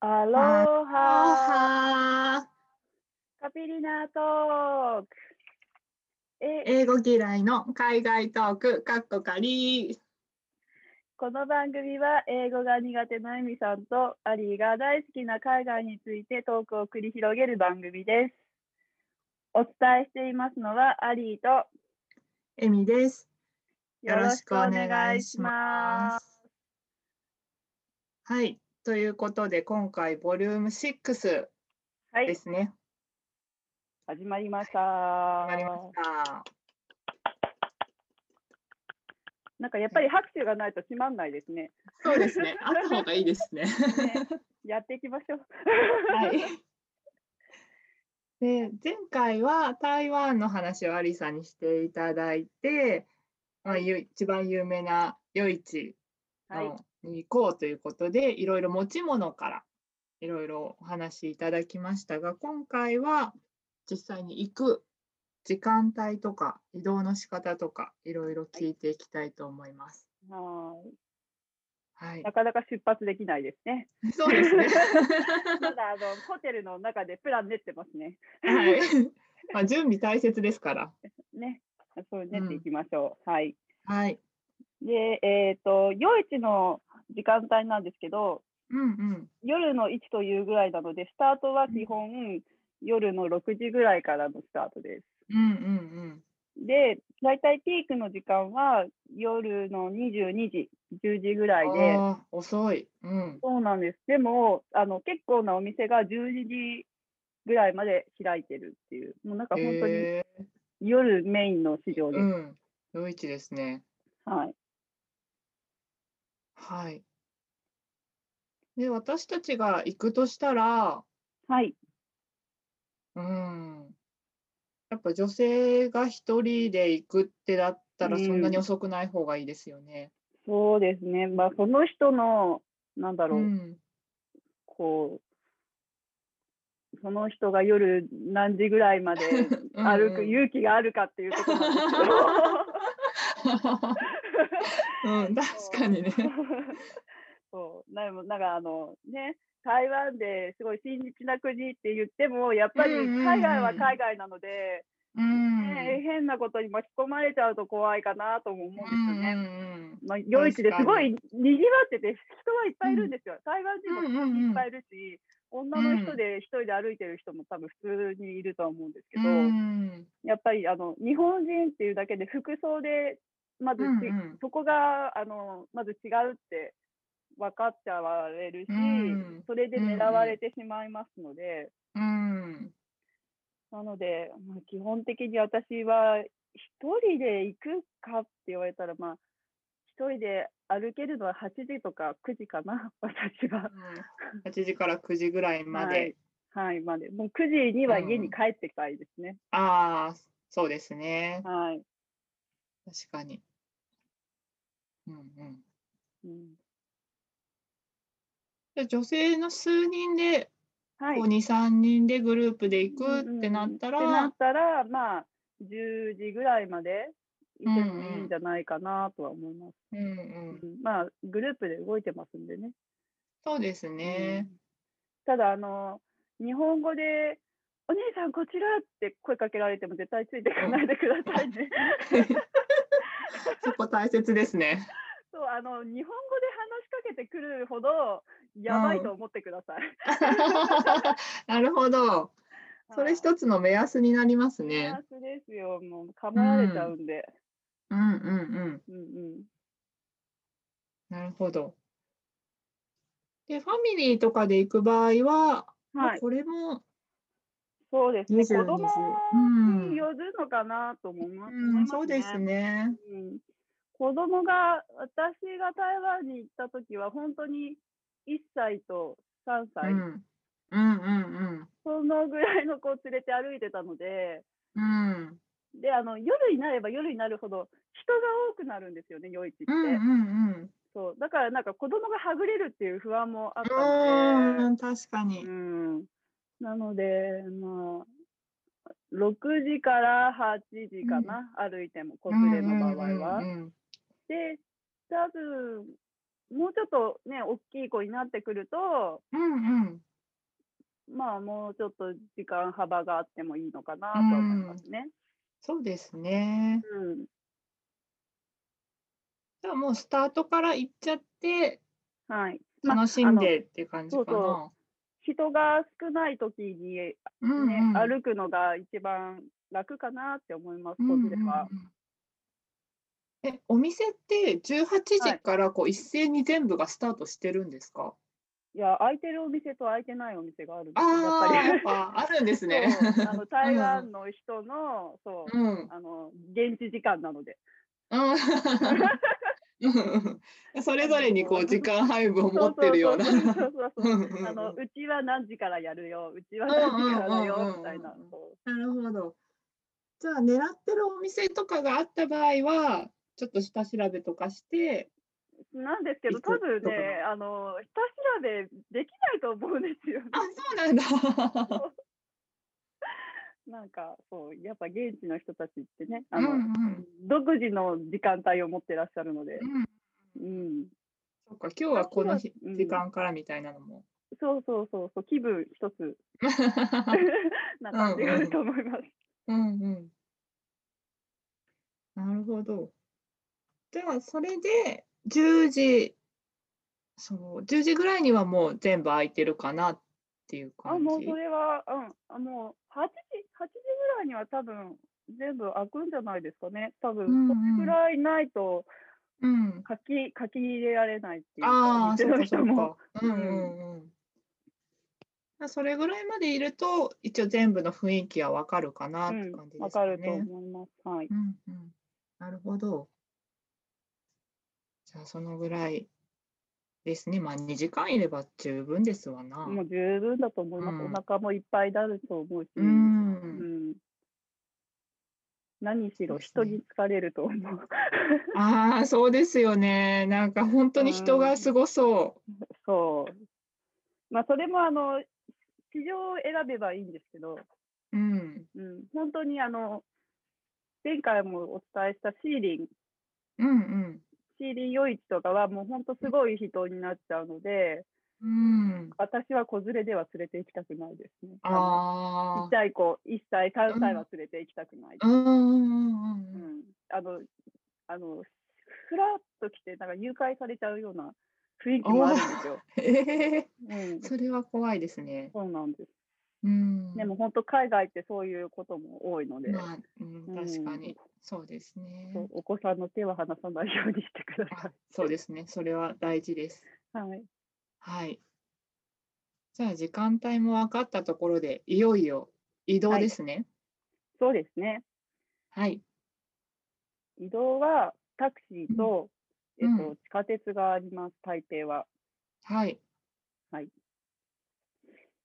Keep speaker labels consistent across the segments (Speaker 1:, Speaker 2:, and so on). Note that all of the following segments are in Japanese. Speaker 1: アロハカピリナトークえ
Speaker 2: 英語嫌いの海外トーク、カッコカリー。
Speaker 1: この番組は英語が苦手なエミさんとアリーが大好きな海外についてトークを繰り広げる番組ですお伝えしていますのはアリーと
Speaker 2: エミです。
Speaker 1: よろしくお願いします
Speaker 2: はい。ということで、今回、ボリューム6
Speaker 1: は
Speaker 2: で
Speaker 1: い
Speaker 2: すね。
Speaker 1: 始まりました
Speaker 2: わ、かりました。
Speaker 1: なんかやっぱり拍手がないと閉まんないですね
Speaker 2: そうですね。あった方がいいですね。
Speaker 1: ねやっていきましょう
Speaker 2: はい。で、前回は台湾の話をアリさんにしていただいて、まあ、ゆ一番有名な夜市
Speaker 1: はい
Speaker 2: のに行こうということで、い、ろいろ持ち物からいろいろお話しいただきましたが今回は実際に行く時間帯とか移動の仕方とかいろいろ聞いていきたいと思います。
Speaker 1: はーい
Speaker 2: はい
Speaker 1: な、かなか出発できないですね
Speaker 2: そうですね。
Speaker 1: まだあのホテルの中でプラン練ってますね。
Speaker 2: はい。まあ準備大切ですから。
Speaker 1: ね。そう練っ
Speaker 2: うん
Speaker 1: ていきましょう。はい。
Speaker 2: はい。
Speaker 1: で、えっ、と、夜市の時間帯なんですけど、
Speaker 2: うんうん。
Speaker 1: 夜の1というぐらいなので、スタートは基本、夜の6時ぐらいからのスタートです。
Speaker 2: うんうん
Speaker 1: で、大体ピークの時間は夜の22時、10時ぐら
Speaker 2: う
Speaker 1: い
Speaker 2: ん。
Speaker 1: で、
Speaker 2: ああ遅い。うん。
Speaker 1: そうなんです。でも、あの結構なお店が12時ぐらいまで開いてるっていう、もうなんか本当に
Speaker 2: え
Speaker 1: 夜メインの市場
Speaker 2: ー
Speaker 1: で
Speaker 2: う
Speaker 1: す。
Speaker 2: ん。夜市ですね。
Speaker 1: はい。
Speaker 2: はい。で私たちが行くとしたら、
Speaker 1: はい。
Speaker 2: うん。やっぱ女性が一人で行くってだったら
Speaker 1: うん
Speaker 2: そんなに遅くない方がいいですよね。
Speaker 1: そうですね。まあ、その人の、なんだ
Speaker 2: う
Speaker 1: ろう、
Speaker 2: ん。
Speaker 1: こう、その人が夜何時ぐらいまで
Speaker 2: うん
Speaker 1: 歩く
Speaker 2: うん
Speaker 1: 勇気があるかっていうところなんですけど
Speaker 2: うん、確かにね。
Speaker 1: そう。なもなんかあの、ね、台湾ですごい親日な国って言っても、やっぱり
Speaker 2: うんうんうん
Speaker 1: 海外は海外なので、
Speaker 2: うん。
Speaker 1: ね変なことに巻き込まれちゃうと怖いかなとも思うんですよね。
Speaker 2: うん
Speaker 1: まあ、夜市ですごいにぎわってて人はいっぱいいるんですよ、台湾人も
Speaker 2: うんうんうん
Speaker 1: いっぱいいるし、女の人で一人で歩いてる人も多分普通にいるとは思うんですけ
Speaker 2: うん
Speaker 1: ど、
Speaker 2: うん。
Speaker 1: やっぱりあの日本人っていうだけで服装でまずち、
Speaker 2: うんうん
Speaker 1: そこがあのまず違うって分かっちゃわれるし、
Speaker 2: うん
Speaker 1: それで狙われてしまいますので、
Speaker 2: うん。
Speaker 1: なので、まあ、基本的に私は一人で行くかって言われたら、まあ、一人で歩けるのは8時とか9時かな、 私は。
Speaker 2: うん8時から9時ぐらいまで。
Speaker 1: はいはい、まで。もう9時には
Speaker 2: うん
Speaker 1: 家に帰ってたいですね。
Speaker 2: ああ、そうですね。
Speaker 1: はい。
Speaker 2: 確かに。うんうん。
Speaker 1: うん
Speaker 2: で女性の数人で、
Speaker 1: はい
Speaker 2: こう。2、3人でグループで行くってなったら、
Speaker 1: うんうんうんってなったら、まあ、10時ぐらいまで行ってもいいんじゃないかなとは思います。
Speaker 2: うんう
Speaker 1: う
Speaker 2: ん、
Speaker 1: んまあ、グループで動いてますんでね。
Speaker 2: そうですね。
Speaker 1: ただあの日本語で「お姉さんこちら!」って声かけられても絶対ついていかないでください ね。
Speaker 2: そこ大切ですね。
Speaker 1: そうあの日本語で話しかけてくるほどやばいと思ってください。
Speaker 2: なるほど。それ一つの目安になります
Speaker 1: 目
Speaker 2: ね。
Speaker 1: 安ですよ。もう構われちゃうんで。
Speaker 2: うんうんうん。
Speaker 1: うんうん。
Speaker 2: なるほど。で、ファミリーとかで行く場合は、まあ
Speaker 1: はい。
Speaker 2: これも、
Speaker 1: そうですね。
Speaker 2: 22時
Speaker 1: 子供
Speaker 2: うん
Speaker 1: によるのかなと思います。
Speaker 2: うん、そうですね。
Speaker 1: うん子供が私が台湾に行った時は本当に1歳と3歳、
Speaker 2: うん、うんうん
Speaker 1: そのぐらいの子を連れて歩いてたので
Speaker 2: うんうん。
Speaker 1: であの夜になれば夜になるほど人が多くなるんですよね夜市って、
Speaker 2: うんうん
Speaker 1: そうだからなんか子供がはぐれるっていう不安もあった
Speaker 2: うん。う
Speaker 1: の
Speaker 2: ん、確か
Speaker 1: で、
Speaker 2: に
Speaker 1: う。ん、なのでまあ6時から8時かな、歩いても子連れの場合は。
Speaker 2: うんうんうん
Speaker 1: で、多分もうちょっとね、大きい子になってくると、
Speaker 2: うんうん。
Speaker 1: まあもうちょっと時間幅があってもいいのかなとは思いますね。
Speaker 2: そうですね。
Speaker 1: うん。
Speaker 2: じゃあもうスタートから行っちゃって、
Speaker 1: はい。まあ
Speaker 2: 楽しんでっていう感じか
Speaker 1: あの
Speaker 2: な。
Speaker 1: 人が少ない時に、ね
Speaker 2: うんうん
Speaker 1: 歩くのが一番楽かなって思います、
Speaker 2: うんうん
Speaker 1: こちらは。
Speaker 2: うんえ、お店って18
Speaker 1: は
Speaker 2: 時
Speaker 1: い
Speaker 2: からこう一斉に全部がスタートしてるんですか、
Speaker 1: いや、空いてるお店と空いてないお店があるんですよ、やっ
Speaker 2: ああ、やっ
Speaker 1: ぱ
Speaker 2: ぱあるんです
Speaker 1: り。
Speaker 2: ね。
Speaker 1: そう あの台湾の人の、 そう
Speaker 2: ん。
Speaker 1: う、あの、現地時間なので。
Speaker 2: うん うんそれぞれにこう時間配分を持ってるような。
Speaker 1: そうそうそうそうそうそう
Speaker 2: うんうんうん
Speaker 1: あのうちは何時からやるよ、うちは何時からだ
Speaker 2: うんうんうんうんう
Speaker 1: よ
Speaker 2: ん
Speaker 1: みたいな。そう
Speaker 2: なるほど。じゃあ、狙ってるお店とかがあった場合は、ちょっと下調べとかして、
Speaker 1: なんですけど、
Speaker 2: いつ
Speaker 1: 多分
Speaker 2: どこ
Speaker 1: ね、あの下調べできないと思うんですよね。
Speaker 2: あ、そうなんだ。
Speaker 1: なんかそう、やっぱ現地の人たちってね、
Speaker 2: う
Speaker 1: あ
Speaker 2: ん
Speaker 1: の、
Speaker 2: うん。
Speaker 1: 独自の時間帯を持ってらっしゃるので
Speaker 2: う、ん
Speaker 1: うん、
Speaker 2: そっか、今日はこの日
Speaker 1: うん
Speaker 2: 時間からみたいなのも。
Speaker 1: そうそうそうそう、気分一 つ なんか
Speaker 2: うんう
Speaker 1: 違
Speaker 2: ん
Speaker 1: うと思います。
Speaker 2: うんうん。なるほど。では、それで10時、そう、10時ぐらいにはもう全部空いてるかなっていう
Speaker 1: あ、
Speaker 2: 感じ。
Speaker 1: もうそれは、うん、あもう八時八時ぐらいには多分全部開くんじゃないですかね。多分
Speaker 2: うんうん
Speaker 1: それぐらいないと
Speaker 2: うん。
Speaker 1: 書き書き入れられないっていう
Speaker 2: あ
Speaker 1: か
Speaker 2: あ、
Speaker 1: 店
Speaker 2: そう
Speaker 1: の
Speaker 2: かそ
Speaker 1: 人
Speaker 2: う
Speaker 1: も
Speaker 2: か。うんうんうん。まあそれぐらいまでいると、一応全部の雰囲気はわかるかなっ
Speaker 1: う
Speaker 2: て
Speaker 1: ん
Speaker 2: 感じで
Speaker 1: わ
Speaker 2: すか
Speaker 1: か
Speaker 2: ね。
Speaker 1: ると思います。はい。
Speaker 2: うんうん。なるほど。じゃあ、そのぐらいですね。まあ、2時間いれば十分ですわな。
Speaker 1: もう十分だと思います。
Speaker 2: うん
Speaker 1: お腹もいっぱいになると思うし、
Speaker 2: う。
Speaker 1: うんん何しろ
Speaker 2: そ
Speaker 1: 人
Speaker 2: うですね
Speaker 1: に疲れると思う。
Speaker 2: ああ、そうですよね。なんか本当に人がすごそ
Speaker 1: そう。まあそれもあの市場を選べばいいんですけど。
Speaker 2: う。うん。
Speaker 1: うん、本当にあの前回もお伝えしたシーリン、
Speaker 2: うん
Speaker 1: シーリン夜市とかはもう本当すごい人になっちゃうので、
Speaker 2: うん。うん。
Speaker 1: 私は子連れでは連れて行きたくないですね。のち
Speaker 2: あ
Speaker 1: っちゃい子、1歳、3歳
Speaker 2: うん
Speaker 1: は連れて行きたくない。
Speaker 2: あ。うんうんうん
Speaker 1: う
Speaker 2: うん。
Speaker 1: ん、あの、あの、ふらっと来て、なんか誘拐されちゃうような雰囲気もあるんですよ。
Speaker 2: ええ
Speaker 1: うん、
Speaker 2: それは怖いですね。
Speaker 1: そうなんです。
Speaker 2: うん。
Speaker 1: でも本当、海外ってそういうことも多いので、
Speaker 2: まあ、うん、確かに。そうですね。
Speaker 1: そうお子さんの手は離さないようにしてくだ
Speaker 2: あそうですね。それは大事です。
Speaker 1: さい。はい
Speaker 2: はい。じゃあ時間帯も分かったところで、いよいよ移動
Speaker 1: はい
Speaker 2: ですね。
Speaker 1: そうですね。
Speaker 2: はい。
Speaker 1: 移動はタクシーと、
Speaker 2: うん
Speaker 1: えっと、
Speaker 2: う
Speaker 1: 地下鉄があります、台北は。
Speaker 2: はい。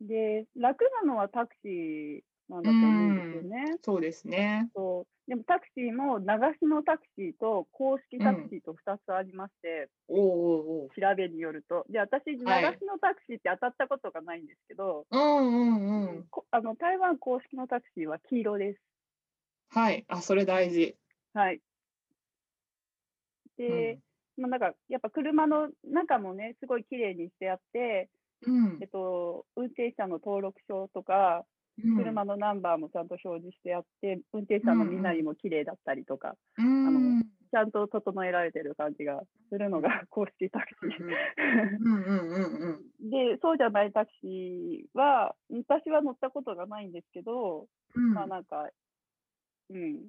Speaker 1: で、楽なのはタクシーなんだと思うんですよね。
Speaker 2: そうですね。
Speaker 1: そうでもタクシーも流しのタクシーと公式タクシーと2つありまして、
Speaker 2: おうおう
Speaker 1: 調べによると。で、私、流し
Speaker 2: はい
Speaker 1: のタクシーって当たったことがないんですけど、
Speaker 2: おう。うんうんうん。
Speaker 1: こあの台湾公式のタクシーは黄色です。
Speaker 2: はい。あ、それ大事。
Speaker 1: はい。
Speaker 2: うん
Speaker 1: で、まあ、なんか、やっぱ車の中もね、すごい綺麗にしてあって、
Speaker 2: うん
Speaker 1: えっと、運転手さんの登録証とか、
Speaker 2: うん
Speaker 1: 車のナンバーもちゃんと表示してあって、運転手さんの身なりも綺麗だったりとか、
Speaker 2: うん
Speaker 1: の
Speaker 2: うん
Speaker 1: ちゃんと整えられてる感じがするのが 公式タクシ
Speaker 2: うんうんうんうん
Speaker 1: ー。で、そうじゃないタクシーは、私は乗ったことがないんですけど、
Speaker 2: うん
Speaker 1: まあなんか、うん、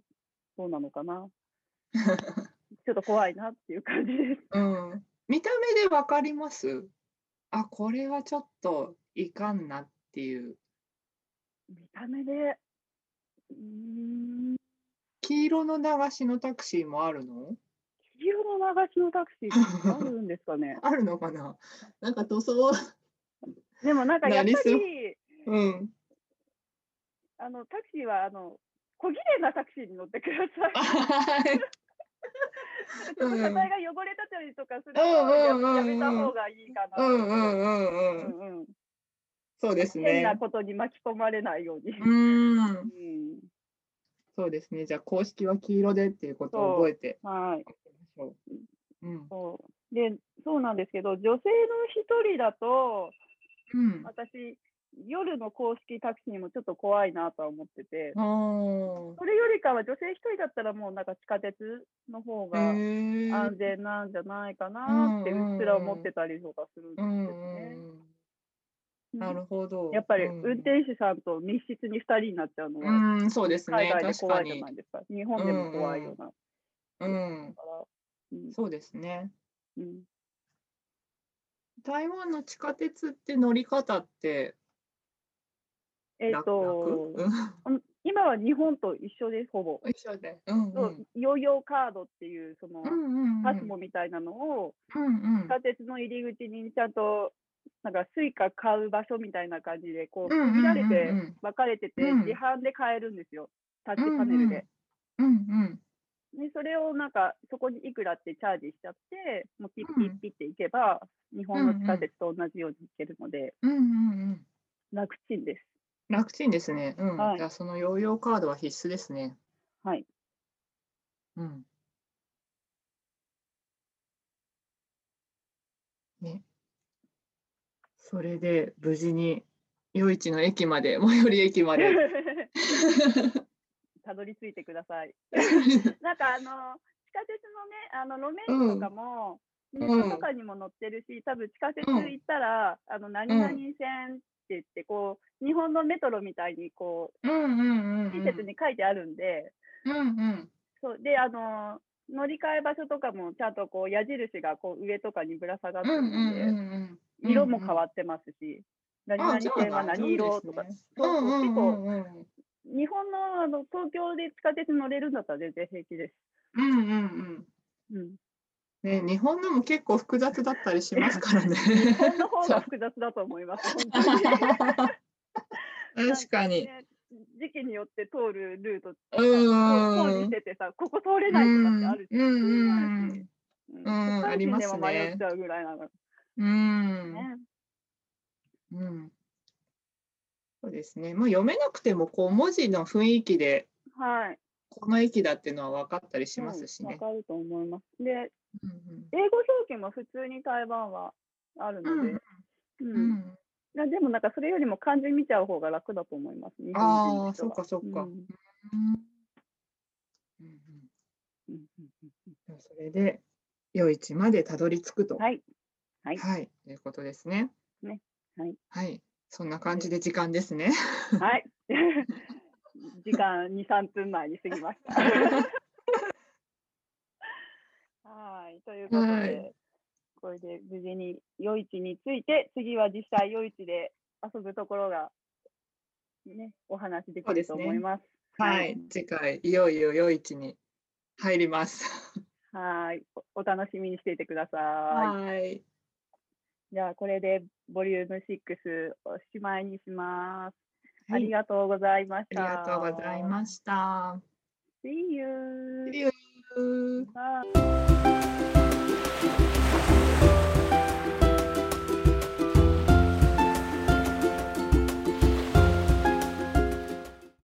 Speaker 1: そうなのか な。ちょっと怖いなっていう感じです。
Speaker 2: うん見た目で分かりますあ、これはちょっといかんなっていう。
Speaker 1: 見た目で、うーん、
Speaker 2: 黄色の流しのタクシーもあるの。
Speaker 1: 黄色の流しのタクシーってあるんですかね
Speaker 2: あるのかななんか塗装。
Speaker 1: でもなんかやっぱ
Speaker 2: なりそ
Speaker 1: り、
Speaker 2: うん。
Speaker 1: あのタクシーはあの小綺麗なタクシーに乗ってください。
Speaker 2: はい。
Speaker 1: ちょっと車
Speaker 2: う
Speaker 1: 体
Speaker 2: ん
Speaker 1: が汚れたりとかすると
Speaker 2: うんうんうんうん
Speaker 1: ややめた方がいいかなと
Speaker 2: う
Speaker 1: 思う。
Speaker 2: んうんうんうん。
Speaker 1: うんうん
Speaker 2: そうです
Speaker 1: 変
Speaker 2: ね
Speaker 1: な。ことに巻き込まれないように。
Speaker 2: うーん。
Speaker 1: うん
Speaker 2: そうですね。じゃあ公式は黄色でっていうことを覚えて
Speaker 1: はい。
Speaker 2: おきましょう。うん。
Speaker 1: そうで、そそうなんですけど、女性の一人だと、
Speaker 2: うん。
Speaker 1: 私、夜の公式タクシーもちょっと怖いなとは思ってて、
Speaker 2: お
Speaker 1: それよりかは女性一人だったらもうなんか地下鉄の方
Speaker 2: ー。
Speaker 1: が
Speaker 2: へー
Speaker 1: 安全なんじゃないかなってうっすら思ってたりとかするんです
Speaker 2: う
Speaker 1: よね。
Speaker 2: んうんうん。
Speaker 1: うん
Speaker 2: なるほど。
Speaker 1: やっぱり
Speaker 2: うん
Speaker 1: 運転手さんと密室に2人になっちゃうのは、
Speaker 2: うん、そうです
Speaker 1: 海
Speaker 2: ね。
Speaker 1: 外で
Speaker 2: 確か
Speaker 1: 怖いじゃ
Speaker 2: に
Speaker 1: な。いですか。日本でも怖いような。
Speaker 2: うん、
Speaker 1: うん
Speaker 2: そうですね。
Speaker 1: うん
Speaker 2: 台湾の地下鉄って乗り方って
Speaker 1: えっ、
Speaker 2: 楽、
Speaker 1: と、
Speaker 2: 楽
Speaker 1: うん今は日本と一緒です、ほぼ。
Speaker 2: うん、一緒で。うん、う
Speaker 1: そ
Speaker 2: ん
Speaker 1: うヨーヨーカードっていう、その、
Speaker 2: うんうんうん。
Speaker 1: パスモみたいなのを、
Speaker 2: うんうん
Speaker 1: 地下鉄の入り口にちゃんと、なんかスイカ買う場所みたいな感じで、こう、
Speaker 2: うんうん
Speaker 1: 区
Speaker 2: うんうん
Speaker 1: 切られて、分かれてて、
Speaker 2: うん
Speaker 1: 自販で買えるんですよ、タッチパネルで。
Speaker 2: うんうん。
Speaker 1: でそれをなんかそこにいくらってチャージしちゃってもうピッピッピッっていけば、日本の地下鉄と同じように行けるので、
Speaker 2: うんうんうん。
Speaker 1: 楽ちんです。
Speaker 2: 楽ちんですね。うん。
Speaker 1: はい
Speaker 2: じゃあそのヨーヨーカードは必須ですね。
Speaker 1: はい、
Speaker 2: うん。ね。それで無事に夜市の駅まで、最寄り駅ま で。
Speaker 1: たどり着いてください。 なんかあの地下鉄のねあの路面とかも、
Speaker 2: ん
Speaker 1: ネットとかにも載ってるし多分地下鉄行ったら、あの何々線って言ってこう日本のメトロみたいにこ
Speaker 2: うんうんうんう。
Speaker 1: うん親切に書いてあるんで。
Speaker 2: うんうん。
Speaker 1: そうであの乗り換え場所とかもちゃんとこう矢印がこう上とかにぶら下がって
Speaker 2: うん
Speaker 1: る
Speaker 2: うん
Speaker 1: ので、
Speaker 2: うんうん。
Speaker 1: 色も変
Speaker 2: っ
Speaker 1: わってますし、何
Speaker 2: あ
Speaker 1: 々
Speaker 2: じゃあ
Speaker 1: 線は何色とか、
Speaker 2: 大丈夫ですね
Speaker 1: そう
Speaker 2: う
Speaker 1: そう
Speaker 2: んうん
Speaker 1: 結
Speaker 2: う
Speaker 1: 構
Speaker 2: んうん。
Speaker 1: 日本のあの東京で地下鉄乗れるんだったら全然平気です。
Speaker 2: うんうんうん。
Speaker 1: うん、
Speaker 2: ね、日本のも結構複雑だったりしますから ね。
Speaker 1: 日本の方が複雑だと思い ます。本当に
Speaker 2: 確かに。
Speaker 1: ね時期によって通るルート、
Speaker 2: う
Speaker 1: 工事
Speaker 2: ー
Speaker 1: し
Speaker 2: ん。
Speaker 1: ててさ、ここ通れ
Speaker 2: う
Speaker 1: ないとかって
Speaker 2: ん
Speaker 1: あるし、
Speaker 2: うん
Speaker 1: 普通にあるしうん
Speaker 2: うんあります
Speaker 1: 阪
Speaker 2: ね
Speaker 1: 神でも迷っちゃうぐらいなのね。
Speaker 2: うんうんうん。そうですね。まあ読めなくてもこう文字の雰囲気で
Speaker 1: はい。
Speaker 2: この駅だっていうのは分かったりしますし
Speaker 1: うんわ
Speaker 2: ね。
Speaker 1: かると思います。で、
Speaker 2: うん
Speaker 1: 英語表記も普通に台湾はあるので、うん
Speaker 2: うんうん
Speaker 1: なでもなんかそれよりも漢字見ちゃう方が楽だと思います。日本人の
Speaker 2: ああ、
Speaker 1: 人
Speaker 2: そ
Speaker 1: は
Speaker 2: っかそっか。
Speaker 1: う
Speaker 2: うん
Speaker 1: ん
Speaker 2: うんう
Speaker 1: う
Speaker 2: ん
Speaker 1: んうん
Speaker 2: でもそれで夜市までたどり着くと。
Speaker 1: はい、はい
Speaker 2: はい、ということですね。
Speaker 1: ねはい。
Speaker 2: はい、そんな感じで時間です ね。
Speaker 1: はい。時間2、3分前に過ぎま した。はい、ということで、
Speaker 2: はい
Speaker 1: これで無事に夜市について、次は実際夜市で遊ぶところが、ね、お話できると思います。
Speaker 2: はい、次回いよいよ夜市に入ります。
Speaker 1: はい、おお楽しみにしていてください。
Speaker 2: はい、
Speaker 1: じゃあ、これでボリューム6おしまいにします。あり
Speaker 2: あ
Speaker 1: がとうございまし
Speaker 2: り
Speaker 1: た。
Speaker 2: がとうございました。
Speaker 1: See you!
Speaker 2: See you.